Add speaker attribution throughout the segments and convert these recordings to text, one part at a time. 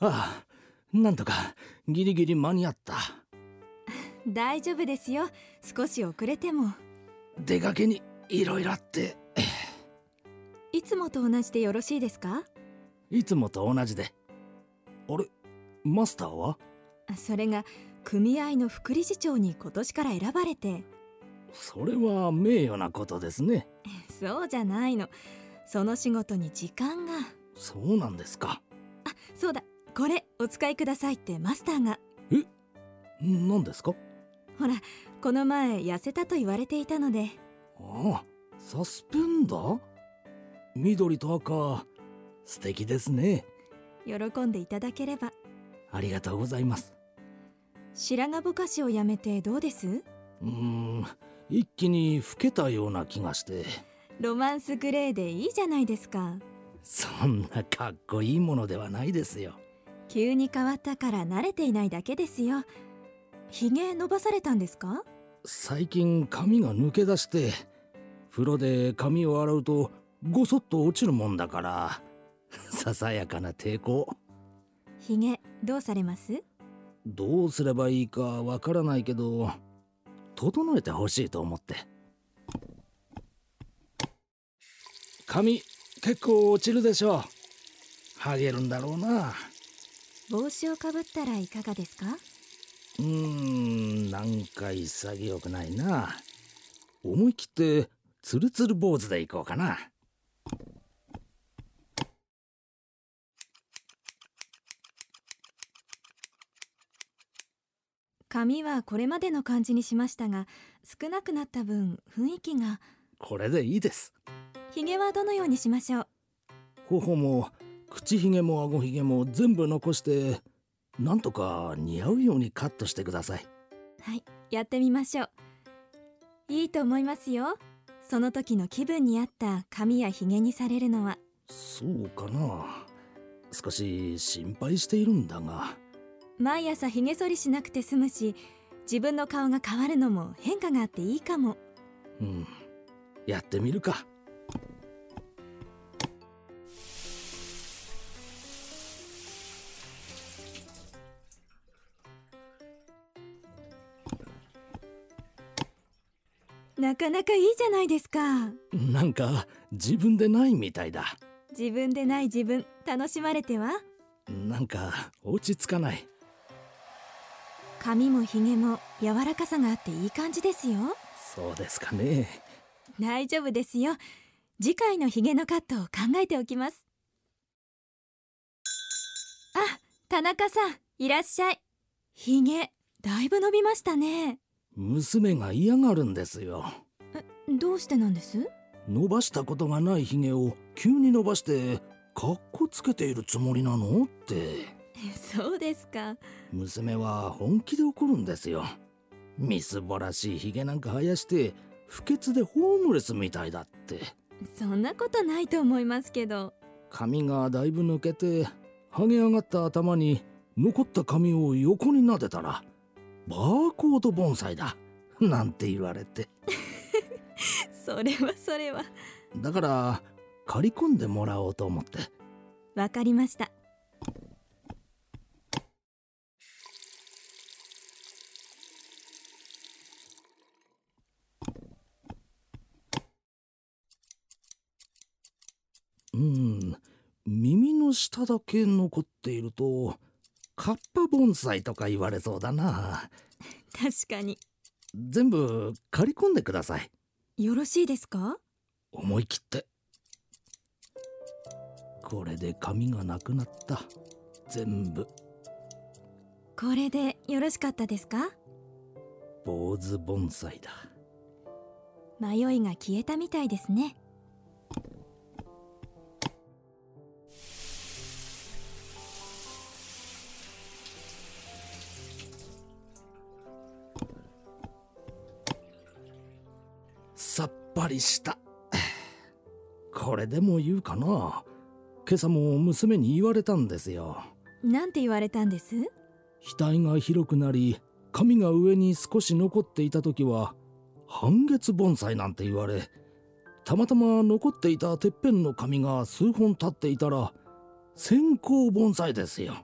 Speaker 1: ああなんとかギリギリ間に合った
Speaker 2: 大丈夫ですよ少し遅れても
Speaker 1: 出かけにいろいろあって
Speaker 2: いつもと同じでよろしいですか
Speaker 1: いつもと同じであれマスターは
Speaker 2: それが組合の副理事長に今年から選ばれて
Speaker 1: それは名誉なことですね
Speaker 2: そうじゃないのその仕事に時間が
Speaker 1: そうなんですか
Speaker 2: あそうだこれお使いくださいってマスターが
Speaker 1: え何ですか
Speaker 2: ほらこの前痩せたと言われていたので
Speaker 1: ああサスペンダー緑と赤素敵ですね
Speaker 2: 喜んでいただければ
Speaker 1: ありがとうございます
Speaker 2: 白髪ぼかしをやめてどうですう
Speaker 1: ーん一気に老けたような気がして
Speaker 2: ロマンスグレーでいいじゃないですか
Speaker 1: そんなかっこいいものではないですよ
Speaker 2: 急に変わったから慣れていないだけですよひげ伸ばされたんですか
Speaker 1: 最近髪が抜け出して風呂で髪を洗うとごそっと落ちるもんだからささやかな抵抗
Speaker 2: ひげどうされます
Speaker 1: どうすればいいかわからないけど整えてほしいと思って髪結構落ちるでしょうハゲるんだろうな
Speaker 2: 帽子をかぶったらいかがですか
Speaker 1: うーんなんか潔くないな思い切ってツルツル坊主でいこうかな
Speaker 2: 髪はこれまでの感じにしましたが少なくなった分雰囲気が
Speaker 1: これでいいです
Speaker 2: ひげはどのようにしましょう
Speaker 1: 頬も口ひげもあごひげも全部残してなんとか似合うようにカットしてください
Speaker 2: はいやってみましょういいと思いますよその時の気分に合った髪やひげにされるのは
Speaker 1: そうかな少し心配しているんだが
Speaker 2: 毎朝ひげ剃りしなくて済むし自分の顔が変わるのも変化があっていいかも
Speaker 1: うんやってみるか
Speaker 2: なかなかいいじゃないですか
Speaker 1: なんか自分でないみたいだ
Speaker 2: 自分でない自分楽しまれては
Speaker 1: なんか落ち着かない
Speaker 2: 髪もひげも柔らかさがあっていい感じですよ
Speaker 1: そうですかね
Speaker 2: 大丈夫ですよ次回のヒゲのカットを考えておきますあ田中さんいらっしゃいヒゲだいぶ伸びましたね
Speaker 1: 娘が嫌がるんですよ
Speaker 2: どうしてなんです
Speaker 1: 伸ばしたことがないひげを急に伸ばしてかっこつけているつもりなのって
Speaker 2: そうですか
Speaker 1: 娘は本気で怒るんですよみすぼらしいひげなんか生やして不潔でホームレスみたいだって
Speaker 2: そんなことないと思いますけど
Speaker 1: 髪がだいぶ抜けて剥げ上がった頭に残った髪を横に撫でたらバーコード盆栽だなんて言われて
Speaker 2: それはそれは
Speaker 1: だから刈り込んでもらおうと思って
Speaker 2: わかりました
Speaker 1: うん耳の下だけ残っているとカッパ盆栽とか言われそうだな
Speaker 2: 確かに
Speaker 1: 全部刈り込んでください
Speaker 2: よろしいですか
Speaker 1: 思い切ってこれで髪がなくなった全部
Speaker 2: これでよろしかったですか
Speaker 1: 坊主盆栽だ
Speaker 2: 迷いが消えたみたいですね
Speaker 1: さっぱりしたこれでも言うかな今朝も娘に言われたんですよ
Speaker 2: なんて言われたんです
Speaker 1: 額が広くなり髪が上に少し残っていた時は半月盆栽なんて言われたまたま残っていたてっぺんの髪が数本立っていたら線香盆栽ですよ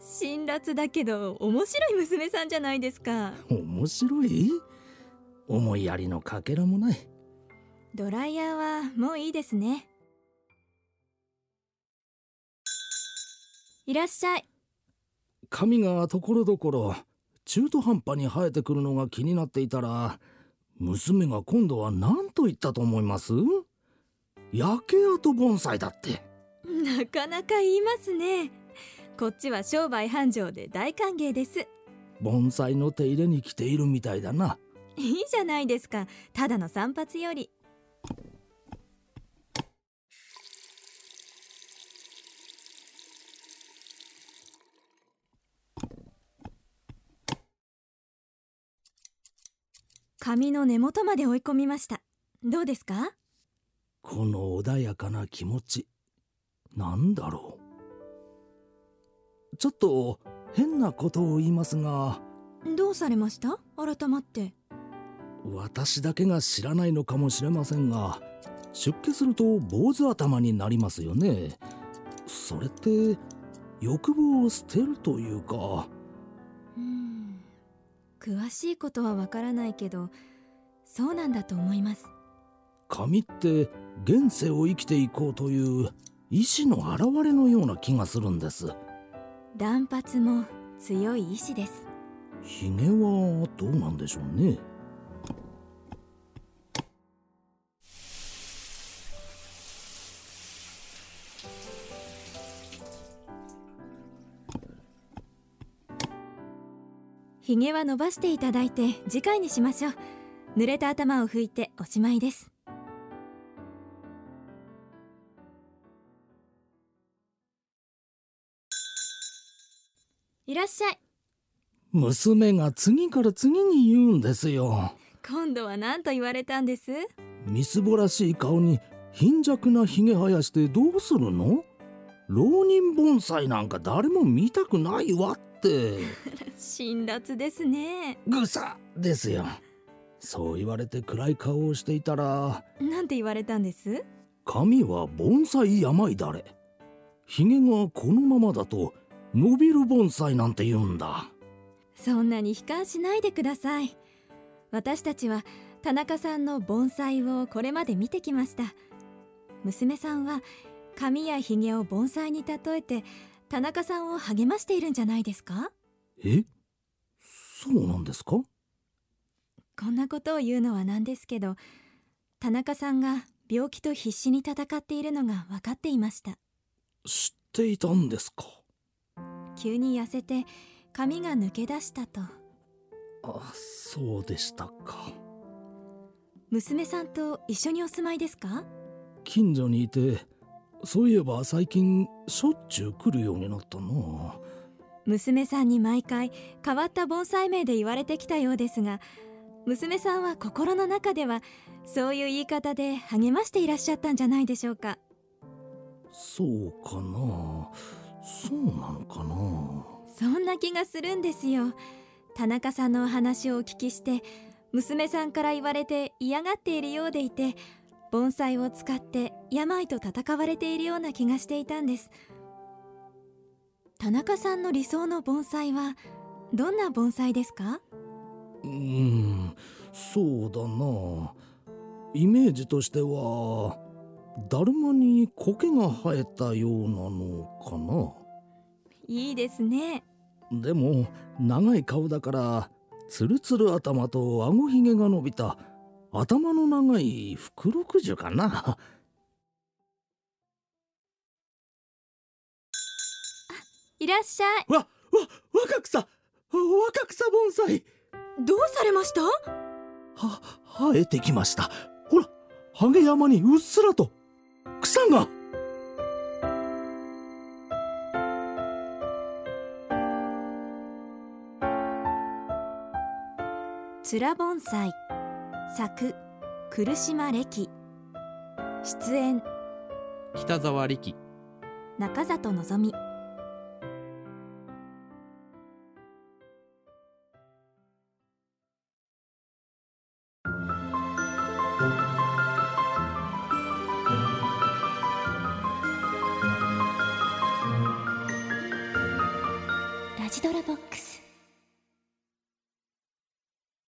Speaker 2: 辛辣だけど面白い娘さんじゃないですか
Speaker 1: 面白い思いやりのかけらもない
Speaker 2: ドライヤーはもういいですねいらっしゃい
Speaker 1: 髪がところどころ中途半端に生えてくるのが気になっていたら娘が今度は何と言ったと思います焼け跡盆栽だって
Speaker 2: なかなか言いますねこっちは商売繁盛で大歓迎です
Speaker 1: 盆栽の手入れに来ているみたいだない
Speaker 2: いじゃないですかただの散髪より髪の根元まで追い込みましたどうですか
Speaker 1: この穏やかな気持ちなんだろうちょっと変なことを言いますが
Speaker 2: どうされました改まって
Speaker 1: 私だけが知らないのかもしれませんが出家すると坊主頭になりますよねそれって欲望を捨てるというか
Speaker 2: うん詳しいことはわからないけどそうなんだと思います
Speaker 1: 神って現世を生きていこうという意志の表れのような気がするんです
Speaker 2: 断髪も強い意志です
Speaker 1: ひげはどうなんでしょうね
Speaker 2: ひげは伸ばしていただいて次回にしましょう濡れた頭を拭いておしまいですいらっしゃい
Speaker 1: 娘が次から次に言うんですよ
Speaker 2: 今度は何と言われたんです
Speaker 1: みすぼらしい顔に貧弱なひげ生やしてどうするの浪人盆栽なんか誰も見たくないわって
Speaker 2: 辛辣ですね
Speaker 1: ぐさですよそう言われて暗い顔をしていたら
Speaker 2: なんて言われたんです
Speaker 1: 髪は盆栽病だれひげがこのままだと伸びる盆栽なんて言うんだ
Speaker 2: そんなに悲観しないでください私たちは田中さんの盆栽をこれまで見てきました娘さんは髪やひげを盆栽に例えて田中さんを励ましているんじゃないですか
Speaker 1: えそうなんですか
Speaker 2: こんなことを言うのはなんですけど田中さんが病気と必死に戦っているのが分かっていました
Speaker 1: 知っていたんですか
Speaker 2: 急に痩せて髪が抜け出したと
Speaker 1: あそうでしたか
Speaker 2: 娘さんと一緒にお住まいですか
Speaker 1: 近所にいてそういえば最近しょっちゅう来るようになったな
Speaker 2: 娘さんに毎回変わった盆栽名で言われてきたようですが娘さんは心の中ではそういう言い方で励ましていらっしゃったんじゃないでしょうか
Speaker 1: そうかなそうなのかな
Speaker 2: そんな気がするんですよ田中さんのお話をお聞きして娘さんから言われて嫌がっているようでいて盆栽を使って病と戦われているような気がしていたんです田中さんの理想の盆栽はどんな盆栽ですか
Speaker 1: うーんそうだなイメージとしてはだるまに苔が生えたようなの
Speaker 2: いいですね
Speaker 1: かなでも長い顔だからツルツル頭とあごひげが伸びた頭の長い福六樹かな
Speaker 2: いらっしゃい
Speaker 1: わわ若草わ若草盆栽
Speaker 2: どうされました
Speaker 1: は生えてきましたほらハゲ山にうっすらと草が
Speaker 2: つら盆栽作苦島歴出演
Speaker 3: 北沢力
Speaker 2: 中里のぞみジドラボックス